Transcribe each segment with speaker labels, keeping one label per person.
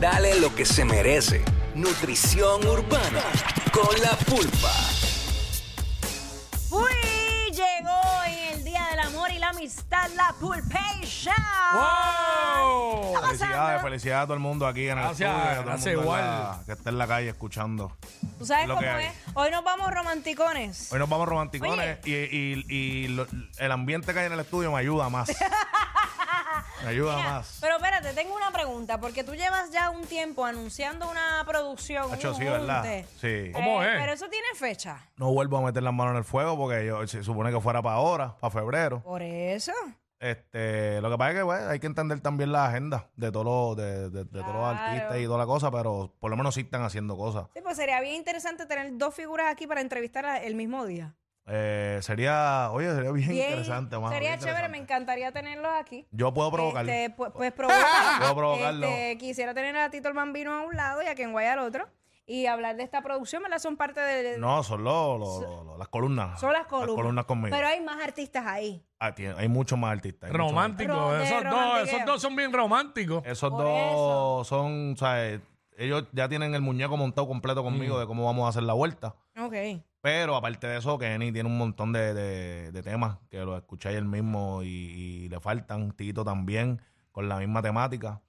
Speaker 1: Dale lo que se merece. Nutrición urbana con la pulpa.
Speaker 2: Uy, llegó en el Día del Amor y la Amistad la Pulpation.
Speaker 3: ¡Wow!
Speaker 2: Está
Speaker 4: Felicidades,
Speaker 2: pasando.
Speaker 4: felicidades a todo el mundo aquí en el
Speaker 3: Gracias,
Speaker 4: estudio, a todo el
Speaker 3: gracias
Speaker 4: mundo en
Speaker 3: igual.
Speaker 4: la- que está en la calle escuchando.
Speaker 2: ¿Tú sabes
Speaker 4: lo
Speaker 2: cómo
Speaker 4: que hay.
Speaker 2: es? Hoy nos vamos romanticones.
Speaker 4: Hoy nos vamos romanticones y, y- y lo- el ambiente que hay en el estudio me ayuda más. me ayuda
Speaker 2: Mira,
Speaker 4: más.
Speaker 2: Pero espérate, tengo una pregunta, porque tú llevas ya un tiempo anunciando una producción. un
Speaker 4: Hacho, sí,
Speaker 2: junte. Eh,
Speaker 4: ¿verdad? Sí.
Speaker 3: ¿Cómo es?
Speaker 2: Pero eso tiene fecha.
Speaker 4: No vuelvo a meter las manos en el fuego porque yo, se supone que fuera para ahora, para febrero.
Speaker 2: Por eso.
Speaker 4: Este, lo que pasa es que bueno, hay que entender también la agenda de todos los, de, de- de todos los
Speaker 2: Claro.
Speaker 4: artistas y toda la cosa, pero por lo menos sí están haciendo cosas.
Speaker 2: Sí, pues sería bien interesante tener dos figuras aquí para entrevistar a- el mismo día.
Speaker 4: Eh, sería, oye, sería bien,
Speaker 2: Bien,
Speaker 4: interesante, mano,
Speaker 2: Sería
Speaker 4: bien
Speaker 2: chévere, me
Speaker 4: interesante.
Speaker 2: encantaría tenerlos aquí.
Speaker 4: Yo puedo provocar.
Speaker 2: Este, pu- pues, provocar.
Speaker 4: Puedo provocarlo.
Speaker 2: Este, quisiera tener a Tito el Bambino a un lado y a Ken Guay al otro. Y hablar de esta producción, ¿verdad? Son parte de.
Speaker 4: No, son los- los- los- los- las columnas.
Speaker 2: pues, son las columnas.
Speaker 4: conmigo.
Speaker 2: Pero hay más artistas ahí.
Speaker 4: Ah, tiene- hay muchos más artistas. hay muchos más artistas.
Speaker 3: Romántico.
Speaker 2: Ro- de
Speaker 3: esos, dos,
Speaker 2: romantiqueo.
Speaker 3: esos dos son bien románticos.
Speaker 4: Esos
Speaker 2: Por
Speaker 4: dos son, o sea, eh, ellos ya tienen el muñeco montado completo conmigo de cómo vamos a hacer la vuelta.
Speaker 2: Ok.
Speaker 4: Pero aparte de eso, Kenny tiene un montón de, de- de temas que lo escucháis él mismo y, y le faltan. Tito también, con la misma temática.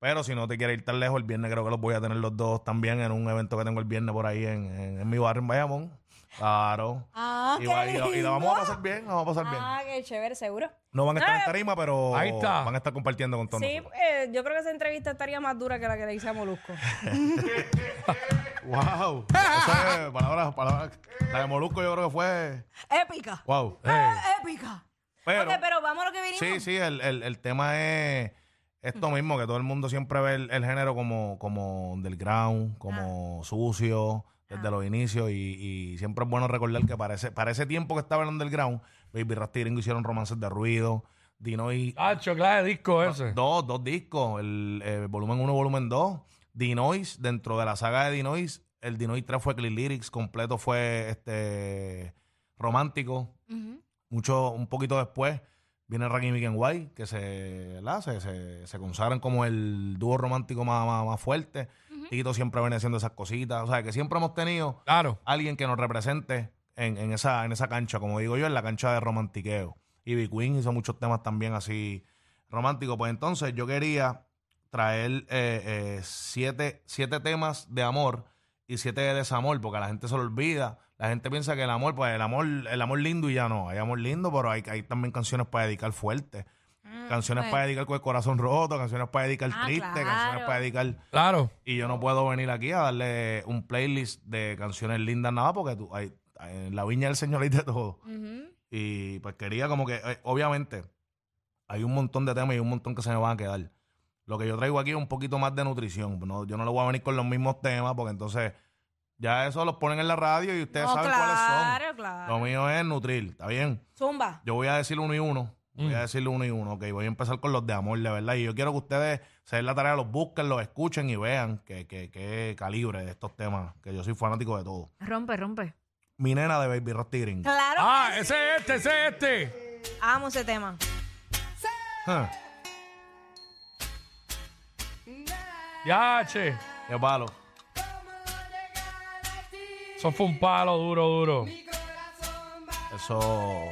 Speaker 4: Pero si no te quieres ir tan lejos, el viernes creo que los voy a tener los dos también en un evento que tengo el viernes por ahí en, en- en mi barrio en Bayamón. Claro.
Speaker 2: Ah,
Speaker 4: y,
Speaker 2: qué
Speaker 4: va- y la- y la vamos
Speaker 2: lindo.
Speaker 4: a pasar bien, la vamos a pasar bien.
Speaker 2: Ah, qué chévere, seguro.
Speaker 4: No van a estar
Speaker 2: Ah,
Speaker 4: en tarima, pero
Speaker 3: Ahí está.
Speaker 4: van a estar compartiendo con todos
Speaker 2: Sí,
Speaker 4: nosotros.
Speaker 2: eh, yo creo que esa entrevista estaría más dura que la que le hice a Molusco.
Speaker 4: ¡Wow! Eso es palabras, palabras. La de Molusco yo creo que fue...
Speaker 2: épica.
Speaker 4: ¡Wow!
Speaker 2: Ah, épica.
Speaker 4: Pero,
Speaker 2: Ok, pero vamos a lo que vinimos.
Speaker 4: sí, sí, el, el- el tema es esto mismo, que todo el mundo siempre ve el, el género como, como underground,
Speaker 2: Ah.
Speaker 4: como sucio, desde los inicios, y, y siempre es bueno recordar que para ese, para ese tiempo que estaba en underground, Baby Rastiringo hicieron romances de ruido, Dino y
Speaker 3: Ah, chocolate de disco ese.
Speaker 4: Dos, dos discos, el, eh, volumen 1, volumen 2. Dinoise, dentro de la saga de Dinoise, el Dinoise 3 fue Clean Lyrics, completo fue este romántico.
Speaker 2: Ujú.
Speaker 4: Mucho, un poquito después viene Rakim y White, que se, ¿verdad? se, se, se consagran como el dúo romántico más, más, más fuerte. Tito siempre viene haciendo esas cositas. O sea, que siempre hemos tenido
Speaker 3: Claro.
Speaker 4: alguien que nos represente en, en esa, en esa cancha, como digo yo, en la cancha de romantiqueo. Y Big Queen hizo muchos temas también así románticos. Pues entonces yo quería traer eh, eh, siete, siete temas de amor y siete de desamor, porque a la gente se lo olvida. La gente piensa que el amor, pues el amor, el amor lindo y ya no. Hay amor lindo, pero hay, hay también canciones para dedicar fuerte. Canciones
Speaker 2: bueno.
Speaker 4: para dedicar con el corazón roto, canciones para dedicar
Speaker 2: Mm, pues. Ah,
Speaker 4: triste, canciones
Speaker 2: claro.
Speaker 4: para dedicar
Speaker 3: Claro.
Speaker 4: y yo no puedo venir aquí a darle un playlist de canciones lindas nada porque tú, hay, en la viña del Señor hay de todo.
Speaker 2: Ujú.
Speaker 4: Y pues quería como que, eh, obviamente, hay un montón de temas y un montón que se me van a quedar. Lo que yo traigo aquí es un poquito más de nutrición. No, yo no le voy a venir con los mismos temas porque entonces ya eso los ponen en la radio y ustedes
Speaker 2: No,
Speaker 4: saben cuáles
Speaker 2: claro,
Speaker 4: son.
Speaker 2: claro.
Speaker 4: Lo mío es nutrir, ¿está bien?
Speaker 2: Zumba.
Speaker 4: Yo voy a decir uno y uno. Voy
Speaker 3: Mm.
Speaker 4: a decirle uno y uno. Ok, voy a empezar con los de amor, de verdad. Y yo quiero que ustedes se den la tarea, los busquen, los escuchen y vean qué que, que calibre de estos temas. Que yo soy fanático de todo.
Speaker 2: Rompe, rompe.
Speaker 4: Mi nena de Baby Rusty Green.
Speaker 2: Claro.
Speaker 3: Ah,
Speaker 2: que sí.
Speaker 3: ese es este, ese es este.
Speaker 2: Amo ese tema.
Speaker 4: Huh.
Speaker 3: Ya, che.
Speaker 4: Qué palo.
Speaker 3: Eso fue un palo duro, duro.
Speaker 4: Eso.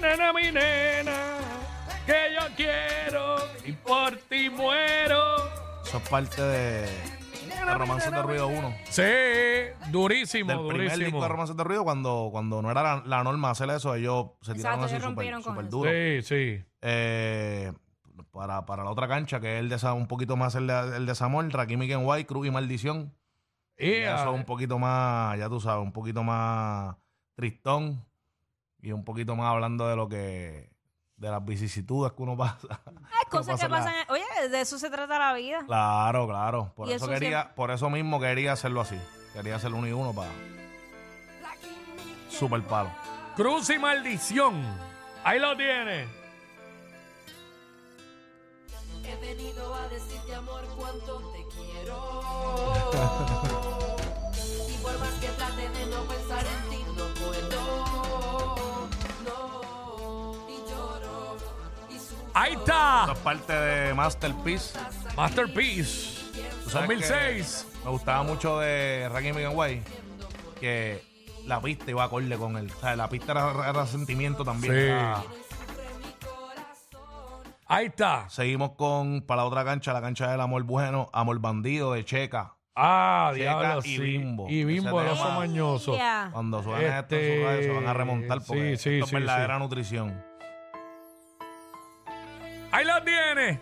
Speaker 3: Nena, mi nena, que yo quiero y por ti muero.
Speaker 4: Eso es parte de, de Romances de Ruido 1.
Speaker 3: Sí, durísimo,
Speaker 4: Del primer disco de
Speaker 3: durísimo.
Speaker 4: Romances de Ruido, cuando, cuando no era la, la norma hacer eso, ellos se tiraron
Speaker 2: Exacto,
Speaker 4: así
Speaker 2: ellos rompieron
Speaker 4: súper
Speaker 2: con
Speaker 4: súper
Speaker 2: eso.
Speaker 4: duro.
Speaker 3: Sí, sí.
Speaker 4: Eh, para, para la otra cancha, que es el de esa- un poquito más el, de, el desamor, Rakim y White, Krug y Maldición.
Speaker 3: Yeah.
Speaker 4: Ya Eso es un poquito más, ya tú sabes, un poquito más tristón y un poquito más hablando de lo que, de las vicisitudes que uno pasa.
Speaker 2: Hay cosas
Speaker 4: pasa
Speaker 2: que pasan.
Speaker 4: nada.
Speaker 2: Oye, de eso se trata la vida.
Speaker 4: Claro, claro. Por
Speaker 2: Y
Speaker 4: eso,
Speaker 2: eso
Speaker 4: quería, por eso mismo quería hacerlo así. Quería hacerlo uno y uno para super palo.
Speaker 3: Cruz y maldición. Ahí lo tiene.
Speaker 5: He venido a decirte amor cuánto te quiero. Y por más que trate de no pensar en ti, no puedo. No. Y lloro. Y sufro.
Speaker 3: Ahí está.
Speaker 4: Eso es parte de Masterpiece.
Speaker 3: Masterpiece.
Speaker 4: ¿Tú sabes que
Speaker 3: 2006.
Speaker 4: Me gustaba mucho de Rakim and Way que la pista iba acorde con él. O sea, la pista era, era sentimiento también. Ah,
Speaker 3: Sí.
Speaker 4: Era-
Speaker 3: Ahí está.
Speaker 4: Seguimos con para la otra cancha, la cancha del amor bueno, amor bandido de Checa.
Speaker 3: Ah,
Speaker 4: Checa
Speaker 3: diablo,
Speaker 4: y
Speaker 3: sí.
Speaker 4: Bimbo.
Speaker 3: Y Bimbo,
Speaker 4: Ese
Speaker 3: no
Speaker 4: tema-
Speaker 3: son mañosos.
Speaker 2: Ya.
Speaker 4: Cuando suena esto en
Speaker 3: Este,
Speaker 4: su radio se van a remontar
Speaker 3: sí,
Speaker 4: porque
Speaker 3: sí,
Speaker 4: esto
Speaker 3: sí,
Speaker 4: es verdadera nutrición.
Speaker 3: Ahí la tiene.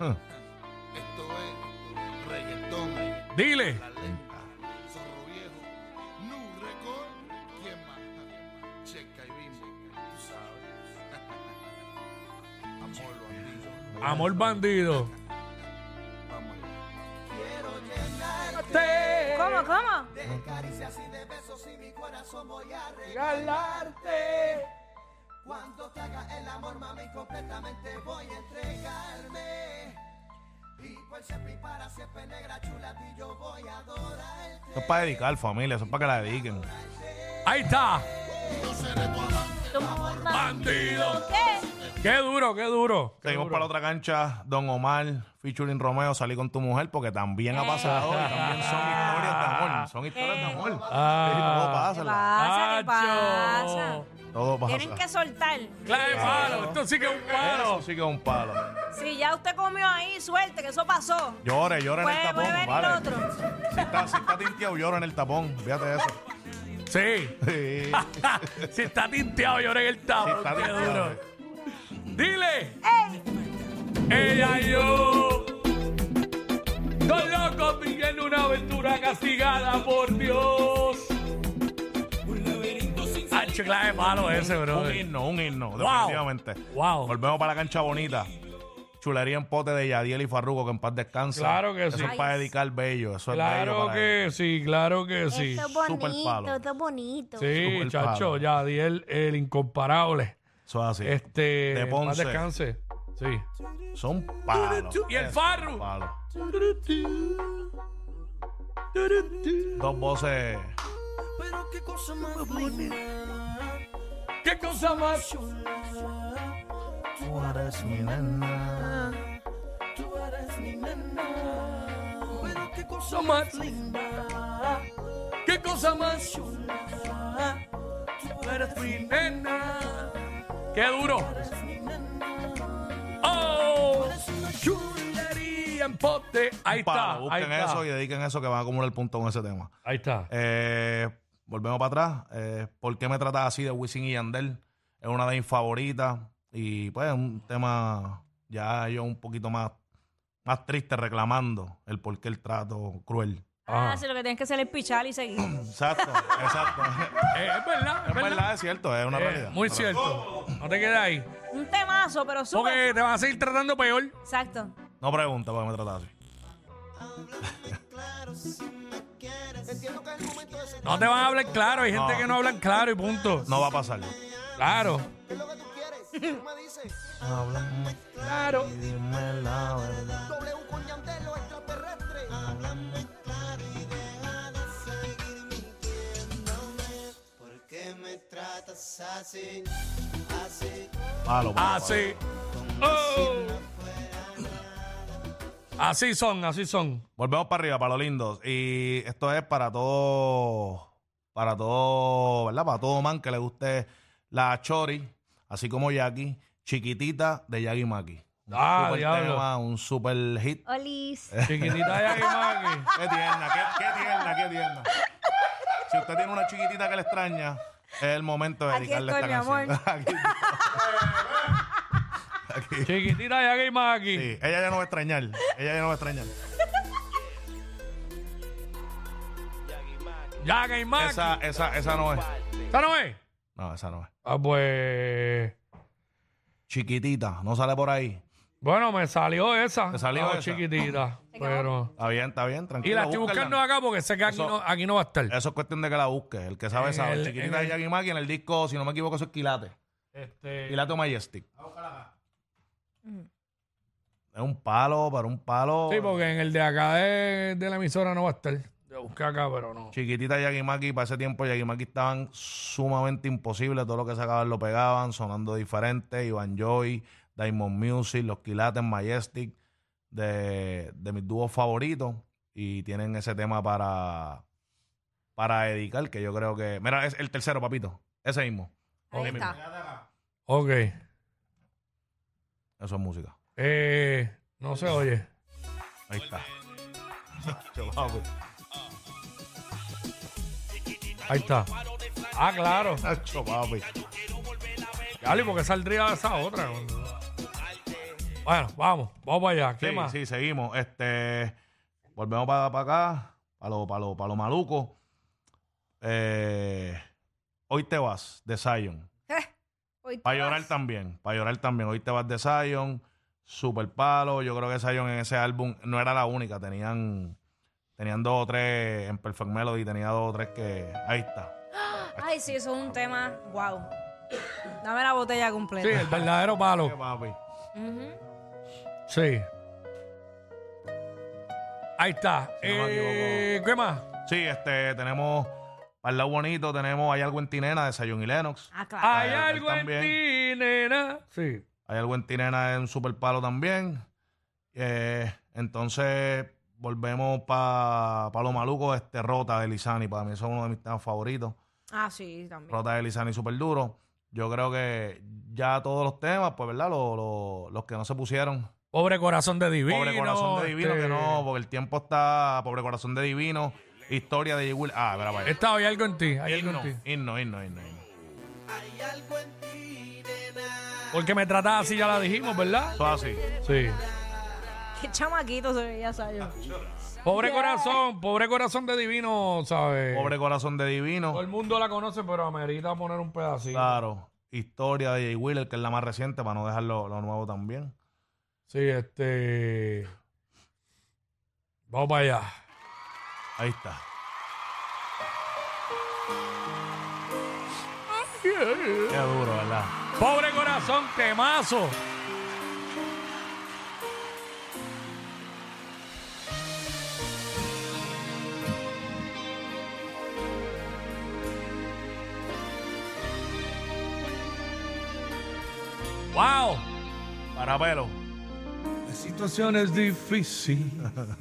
Speaker 4: Huh.
Speaker 6: Esto es reggaetón,
Speaker 3: Dile.
Speaker 6: la lenta, zorro viejo, nu record, ¿quién más? Checa y bimbo, tú sabes. Amor bandido,
Speaker 3: Amor bandido.
Speaker 6: vamos allá.
Speaker 4: Eh,
Speaker 2: ¿Cómo, cómo?
Speaker 4: Esto es para dedicar, familia, eso es para que la dediquen.
Speaker 3: Ahí está.
Speaker 2: Tú,
Speaker 3: Bandido.
Speaker 2: ¿Qué?
Speaker 3: Qué duro, qué duro. Qué
Speaker 4: Seguimos
Speaker 3: duro.
Speaker 4: para la otra cancha, Don Omar, featuring Romeo, salí con tu mujer, porque también ha pasado. y también son historias de amor. Son historias de amor.
Speaker 3: Ah.
Speaker 4: Sí,
Speaker 2: ¿Qué
Speaker 4: todo pasa.
Speaker 2: pasa? ¿Qué pasa?
Speaker 3: Acho.
Speaker 4: Todo pasa.
Speaker 2: Tienen que soltar.
Speaker 3: Claro, es palo. Esto sí que es un palo.
Speaker 4: Eso sí que es un palo.
Speaker 2: Si ya usted comió ahí, suerte, que eso pasó.
Speaker 4: Llore, llore en el
Speaker 2: Puede,
Speaker 4: tapón.
Speaker 2: puede venir
Speaker 4: vale.
Speaker 2: Pues otro.
Speaker 4: Si está, si está tinteado, llora en el tapón. Fíjate eso.
Speaker 3: Sí.
Speaker 4: Sí.
Speaker 3: si está tinteado, llora en el
Speaker 4: Si
Speaker 3: tapón.
Speaker 4: está
Speaker 3: qué
Speaker 4: tinteado. eh.
Speaker 3: duro. Dile.
Speaker 2: ¡Ey!
Speaker 3: Ella y yo. Dos locos viviendo una aventura castigada por Dios. Ah, chicla de malo ese, bro.
Speaker 4: Un himno, un himno,
Speaker 3: Wow.
Speaker 4: definitivamente.
Speaker 3: Wow.
Speaker 4: Volvemos para la cancha bonita. Chulería en pote de Yadiel y Farruko, que en paz descansa.
Speaker 3: Claro que
Speaker 4: Eso
Speaker 3: sí.
Speaker 4: es para dedicar bello. Eso es bello
Speaker 3: Claro
Speaker 4: para
Speaker 3: que sí, claro que sí.
Speaker 7: Esto es
Speaker 4: Súper palo.
Speaker 7: bonito, esto es bonito.
Speaker 3: Sí,
Speaker 4: Super
Speaker 3: chacho,
Speaker 4: palo.
Speaker 3: ya di el, el incomparable.
Speaker 4: Eso es así.
Speaker 3: Este,
Speaker 4: De
Speaker 3: en paz
Speaker 4: Ponce.
Speaker 3: descanse. Sí.
Speaker 4: Son palos.
Speaker 3: Y el
Speaker 4: Eso,
Speaker 3: Farru.
Speaker 4: palos. Dos voces.
Speaker 3: ¿Qué cosa más? cosa más linda. Qué cosa más chula. Tú eres mi nena. Qué duro. Oh, chulería en pote. Ahí está.
Speaker 4: Palos.
Speaker 3: Ahí
Speaker 4: Busquen
Speaker 3: está.
Speaker 4: eso y dediquen eso que van a acumular puntos en ese tema.
Speaker 3: Ahí está.
Speaker 4: Eh, volvemos para atrás. Eh, ¿Por qué me tratas así de Wisin y Yandel? Es una de mis favoritas. Y pues un tema ya yo un poquito más, más triste reclamando el por qué el trato cruel.
Speaker 2: Ah,
Speaker 3: Ah.
Speaker 2: si lo que tienes que hacer es pichar y seguir.
Speaker 4: Exacto, exacto.
Speaker 3: Eh, es verdad, es
Speaker 4: es
Speaker 3: verdad.
Speaker 4: verdad, es cierto, es una
Speaker 3: Eh,
Speaker 4: realidad.
Speaker 3: muy cierto. No te quedes ahí.
Speaker 2: Un temazo, pero súper.
Speaker 3: Porque te vas a seguir tratando peor.
Speaker 2: Exacto.
Speaker 4: No pregunta por qué me tratas así.
Speaker 3: No te van a hablar claro. Hay gente
Speaker 4: No.
Speaker 3: que no hablan claro y punto.
Speaker 4: No va a pasar.
Speaker 3: Claro.
Speaker 4: Claro. Dime la verdad. Palo,
Speaker 3: Ah,
Speaker 4: palo, palo.
Speaker 3: Así. Oh. Así son, así son.
Speaker 4: Volvemos para arriba, para los lindos. Y esto es para todo, para todo, ¿verdad? Para todo man que le guste la chori, así como Jackie, chiquitita de Yagi Maki. Un
Speaker 3: Ah,
Speaker 4: super
Speaker 3: diablo.
Speaker 4: tema, un super hit.
Speaker 7: Olis.
Speaker 3: Chiquitita de Aguimaki.
Speaker 4: Qué tierna, qué, qué tierna, qué tierna. Si usted tiene una chiquitita que le extraña, es el momento de
Speaker 2: Aquí
Speaker 4: dedicarle
Speaker 2: estoy,
Speaker 4: esta
Speaker 2: mi amor.
Speaker 4: canción. Aquí estoy. Aquí.
Speaker 3: Chiquitita de Aguimaki.
Speaker 4: Sí, ella ya no va a extrañar. Ella ya no va a extrañar.
Speaker 3: Ya Aguimaki.
Speaker 4: Esa, esa, esa no es.
Speaker 3: ¿Esa no es?
Speaker 4: No, esa no es.
Speaker 3: Ah, pues.
Speaker 4: Chiquitita, no sale por ahí.
Speaker 3: Bueno, me salió esa.
Speaker 4: ¿Te salió
Speaker 3: Ah,
Speaker 4: esa?
Speaker 3: chiquitita. pero.
Speaker 4: Está bien, está bien,
Speaker 3: Y
Speaker 4: tranquilo.
Speaker 3: la estoy
Speaker 4: búsquenla.
Speaker 3: buscando acá porque sé que aquí,
Speaker 4: Eso-
Speaker 3: no, aquí no va a estar.
Speaker 4: Eso es cuestión de que la busques. El que sabe,
Speaker 3: En
Speaker 4: sabe.
Speaker 3: el- en
Speaker 4: Chiquitita de
Speaker 3: el-
Speaker 4: Jackie Mac y en el disco, si no me equivoco, eso es Quilate.
Speaker 3: Este,
Speaker 4: Quilate o Majestic. Es un palo, para un palo.
Speaker 3: Mm. Sí, porque en el de acá de, de la emisora no va a estar. Yo busqué acá, pero no.
Speaker 4: Chiquitita de Jackie Mac y para ese tiempo Jackie Mac estaban sumamente imposibles. Todo lo que sacaban lo pegaban, sonando diferente. Iván Joy, Diamond Music, Los Quilates, Majestic, de, de mis dúos favoritos. Y tienen ese tema para, para dedicar, que yo creo que. Mira, es el tercero, papito. Ese mismo.
Speaker 2: Ahí
Speaker 4: Ese mismo.
Speaker 2: está.
Speaker 3: Ok.
Speaker 4: Eso es música.
Speaker 3: Eh, no se oye.
Speaker 4: Ahí está. Yo, papi.
Speaker 3: Ahí está. Ah, claro.
Speaker 4: Nacho, papi.
Speaker 3: Dale, porque saldría esa otra. Bueno, vamos, vamos para allá. ¿Qué
Speaker 4: Sí,
Speaker 3: más?
Speaker 4: sí, seguimos. Este, volvemos para, acá, para lo, pa' lo- pa' lo maluco. Eh, hoy te vas de Zion.
Speaker 2: Eh, Hoy te
Speaker 4: Para llorar
Speaker 2: vas.
Speaker 4: también, para llorar también. Hoy te vas de Zion. Super palo. Yo creo que Zion en ese álbum no era la única. Tenían, tenían dos o tres en Perfect Melody. Tenía dos o tres que... Ahí está.
Speaker 2: Ay, sí, eso es un tema. Wow. Dame la botella
Speaker 3: Sí,
Speaker 2: completa.
Speaker 3: el verdadero
Speaker 4: Eh,
Speaker 3: palo.
Speaker 4: papi.
Speaker 2: Ujú.
Speaker 3: Sí. Ahí está.
Speaker 4: Si no me
Speaker 3: Eh, ¿Qué más?
Speaker 4: Sí, este, tenemos... Para el lado bonito tenemos Hay algo en ti, nena de Zion y Lennox.
Speaker 2: Ah, claro.
Speaker 3: Hay
Speaker 4: él
Speaker 3: algo en
Speaker 4: pues también.
Speaker 3: ti, nena. Sí.
Speaker 4: Hay algo en Tinena en Super Palo también. Eh, entonces, volvemos para pa lo maluco, este Rota de Lisani. Para mí, eso es uno de mis temas favoritos.
Speaker 2: Ah, sí, también.
Speaker 4: Rota de Lisani super duro. Yo creo que ya todos los temas, pues, ¿verdad? Lo- lo- los que no se pusieron.
Speaker 3: Pobre corazón de divino.
Speaker 4: Pobre Corazón de Divino,
Speaker 3: este,
Speaker 4: que no, porque el tiempo está. Pobre Corazón de Divino. Historia de J. Will. Ah, espera, espera.
Speaker 3: Está, hay algo en ti. Hay algo
Speaker 4: Himno,
Speaker 3: en ti.
Speaker 4: himno, himno, himno, himno.
Speaker 3: Porque me trataba así, ya la dijimos, ¿verdad?
Speaker 4: Eso es así.
Speaker 3: Sí.
Speaker 2: Qué chamaquito se veía Sayo.
Speaker 3: Pobre corazón, pobre corazón de divino, ¿sabes?
Speaker 4: Pobre Corazón de
Speaker 3: Todo
Speaker 4: Divino.
Speaker 3: el mundo la conoce, pero amerita poner un pedacito.
Speaker 4: Claro. Historia de Jay Wheeler, que es la más reciente, para no dejar lo, lo nuevo también.
Speaker 3: Sí, este. Vamos para allá.
Speaker 4: Ahí está. Qué duro, ¿verdad?
Speaker 3: Pobre corazón, temazo. Wow.
Speaker 4: Para pelo.
Speaker 3: La situación es difícil.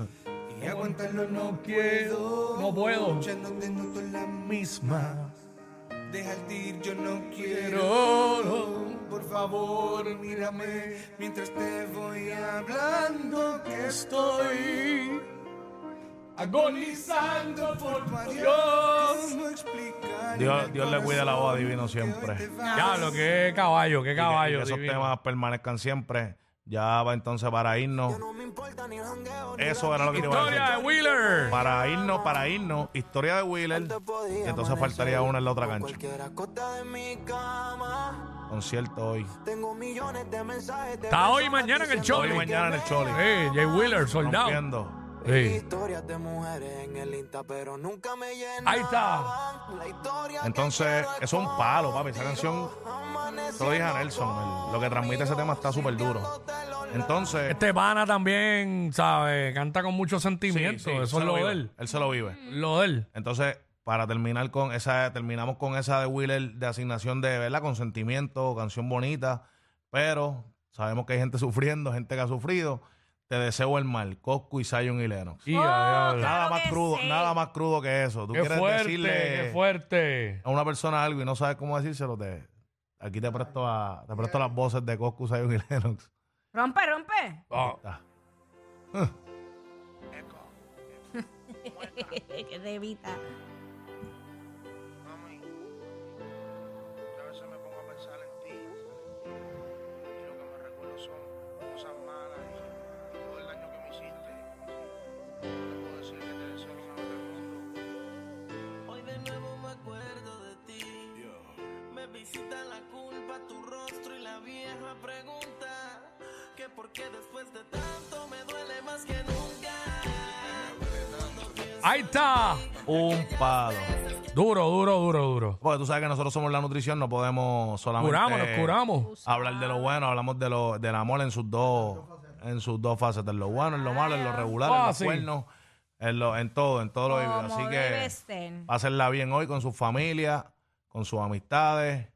Speaker 7: Y aguantarlo no puedo.
Speaker 3: No puedo.
Speaker 7: Ya no te noto la misma. Dejarte ir, yo no
Speaker 3: Quiero,
Speaker 7: quiero. Por favor, mírame mientras te voy hablando que estoy agonizando por tu Dios. ¿Cómo explicar
Speaker 4: Dios, Dios le cuida la voz divino
Speaker 7: que
Speaker 4: siempre.
Speaker 7: te vas?
Speaker 3: Diablo, qué caballo, qué
Speaker 4: Y que- y
Speaker 3: caballo.
Speaker 4: que esos
Speaker 3: divino.
Speaker 4: temas permanezcan siempre. Ya va entonces para irnos. Eso era lo que te iba a
Speaker 3: Historia de
Speaker 4: decir.
Speaker 3: Wheeler.
Speaker 4: Para irnos, para irnos. Historia de Wheeler. Y entonces faltaría una en la otra cancha.
Speaker 8: Cualquiera costa de mi cama.
Speaker 4: Concierto hoy.
Speaker 8: Tengo millones de mensajes de
Speaker 3: Está hoy y
Speaker 8: personas
Speaker 3: mañana en el
Speaker 8: diciendo
Speaker 3: show.
Speaker 4: Hoy y mañana en el Choli.
Speaker 3: Sí, Jay Wheeler, soldado.
Speaker 4: Rompiendo.
Speaker 3: Sí.
Speaker 8: Historias de mujeres en el Insta, pero nunca me llenan.
Speaker 3: Ahí está.
Speaker 8: La historia
Speaker 4: Entonces, eso es un palo, papi. Esa canción, se lo dije a Nelson. el- lo que transmite ese tema está súper duro. Entonces,
Speaker 3: Este pana también, ¿sabes? Canta con mucho sentimiento.
Speaker 4: Sí, sí,
Speaker 3: Eso
Speaker 4: se
Speaker 3: es lo
Speaker 4: vive.
Speaker 3: de él.
Speaker 4: Él se lo vive.
Speaker 3: Lo de él.
Speaker 4: Entonces, para terminar con esa, terminamos con esa de Wheeler de asignación de, ¿verdad? Consentimiento, canción bonita, pero sabemos que hay gente sufriendo, gente que ha sufrido. Te deseo el mal, Coscu y Zion y Lennox.
Speaker 3: Y, ah,
Speaker 2: claro.
Speaker 4: Nada más
Speaker 2: que
Speaker 4: crudo,
Speaker 2: sí.
Speaker 4: nada más crudo que eso. Tú
Speaker 3: Qué
Speaker 4: quieres
Speaker 3: fuerte, qué
Speaker 4: decirle
Speaker 3: fuerte.
Speaker 4: a una persona algo y no sabes cómo decírselo, te- aquí te presto a, te presto las voces de Coscu, Zion y Lennox.
Speaker 2: Rompe, rompe.
Speaker 3: Ah,
Speaker 4: Ah,
Speaker 2: que te evita.
Speaker 9: Mami, yo a veces me pongo a pensar en ti. Y lo que me recuerdo son cosas malas y, y todo el daño que me hiciste. No te puedo decir que te deseo lo mejor del mundo.
Speaker 5: Hoy de nuevo me acuerdo de ti. Me visita la culpa, tu rostro y la vieja pregunta. Que por qué después de tanto me duele más que nunca.
Speaker 3: Ahí está.
Speaker 4: un palo.
Speaker 3: Duro, duro, duro, duro.
Speaker 4: Porque tú sabes que nosotros somos la nutrición, no podemos solamente...
Speaker 3: Curamos, nos curamos.
Speaker 4: hablar de lo bueno, hablamos de lo, del amor en sus dos, en sus dos facetas, en lo bueno, en lo malo, en lo regular, en los
Speaker 3: Fácil.
Speaker 4: cuernos, en lo, en todo, en todo lo vivido.
Speaker 2: Como
Speaker 4: Así
Speaker 2: debe
Speaker 4: que
Speaker 2: ser.
Speaker 4: pásenla bien hoy con su familia, con sus amistades,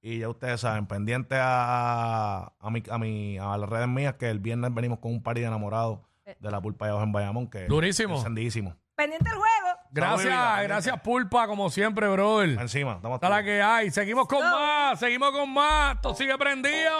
Speaker 4: Y ya ustedes saben, pendiente a, a, mi, a, mi, a las redes mías, que el viernes venimos con un par de enamorados de la pulpa de hoja en Bayamón, que
Speaker 3: Durísimo.
Speaker 4: es encendidísimo.
Speaker 2: Pendiente al juego.
Speaker 3: Gracias,
Speaker 4: Estamos vivos,
Speaker 3: gracias Pulpa, como siempre, brother.
Speaker 4: Encima, estamos
Speaker 3: Está la
Speaker 4: activos.
Speaker 3: que hay. Seguimos con más, seguimos con más. Esto sigue prendido.